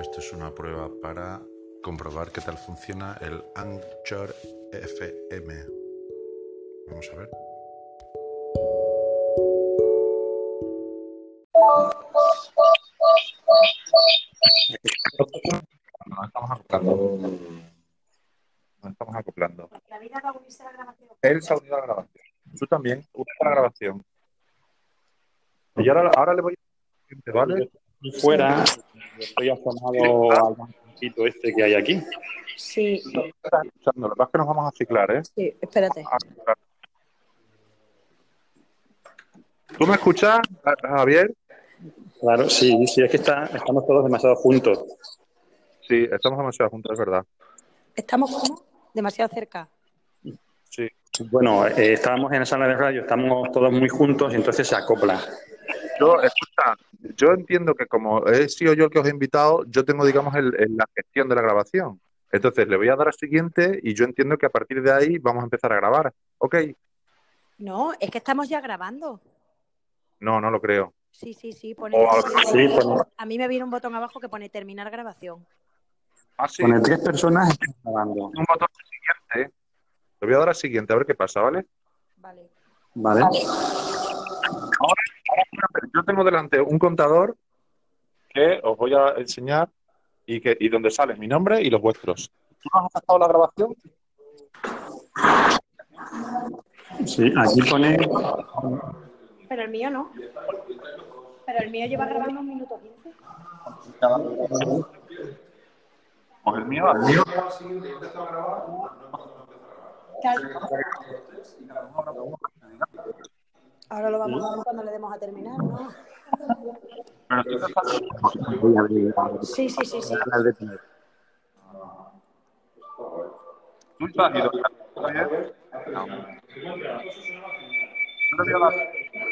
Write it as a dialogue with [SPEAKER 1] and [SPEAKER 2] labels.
[SPEAKER 1] Esto es una prueba para comprobar qué tal funciona el Anchor FM. Vamos a ver.
[SPEAKER 2] No estamos acoplando. No estamos acoplando. Él se ha unido a la grabación. Tú también, une la grabación. Y ahora, ahora le voy a... ¿Vale?
[SPEAKER 3] fuera, estoy asomado al banquito este que hay aquí.
[SPEAKER 4] Sí,
[SPEAKER 2] No estás escuchando. Lo que pasa es que nos vamos a ciclar, ¿eh?
[SPEAKER 4] sí, espérate.
[SPEAKER 2] A ciclar. ¿Tú me escuchas, Javier?
[SPEAKER 3] Claro, sí, sí, es que está, estamos todos demasiado juntos.
[SPEAKER 2] Sí, estamos demasiado juntos, es verdad.
[SPEAKER 4] Estamos como demasiado cerca.
[SPEAKER 2] Sí.
[SPEAKER 3] Bueno, eh, estábamos en la sala de radio, estamos todos muy juntos y entonces se acopla.
[SPEAKER 2] Yo, escucha, yo entiendo que como he sido yo el que os he invitado, yo tengo, digamos, el, el- la gestión de la grabación. Entonces, le voy a dar al siguiente y yo entiendo que a partir de ahí vamos a empezar a grabar. ¿Ok?
[SPEAKER 4] No, es que estamos ya grabando.
[SPEAKER 2] No, no lo creo.
[SPEAKER 4] Sí, sí, sí. Pone,
[SPEAKER 2] Oh,
[SPEAKER 3] Sí, pone,
[SPEAKER 4] A mí me viene un botón abajo que pone terminar grabación.
[SPEAKER 2] Ah, sí.
[SPEAKER 3] pone tres personas están grabando.
[SPEAKER 2] un botón al siguiente. Le voy a dar al siguiente, a ver qué pasa, ¿vale?
[SPEAKER 4] Vale.
[SPEAKER 3] ¿Vale?
[SPEAKER 2] Yo tengo delante un contador que os voy a enseñar y, que, y donde sale mi nombre y los vuestros. ¿Tú no has pasado la grabación?
[SPEAKER 3] Sí, aquí pone.
[SPEAKER 4] Pero el mío no. Pero el mío lleva grabando un minuto 15.
[SPEAKER 2] Pues el mío, el mío.
[SPEAKER 4] Ahora lo vamos a ver cuando le demos a terminar, ¿no?
[SPEAKER 2] Pero si te sale-
[SPEAKER 3] Voy a abrir.
[SPEAKER 4] Sí, sí, sí, sí.
[SPEAKER 2] ¿Tú estás ido? ¿Está bien? No. Yo le voy a dar-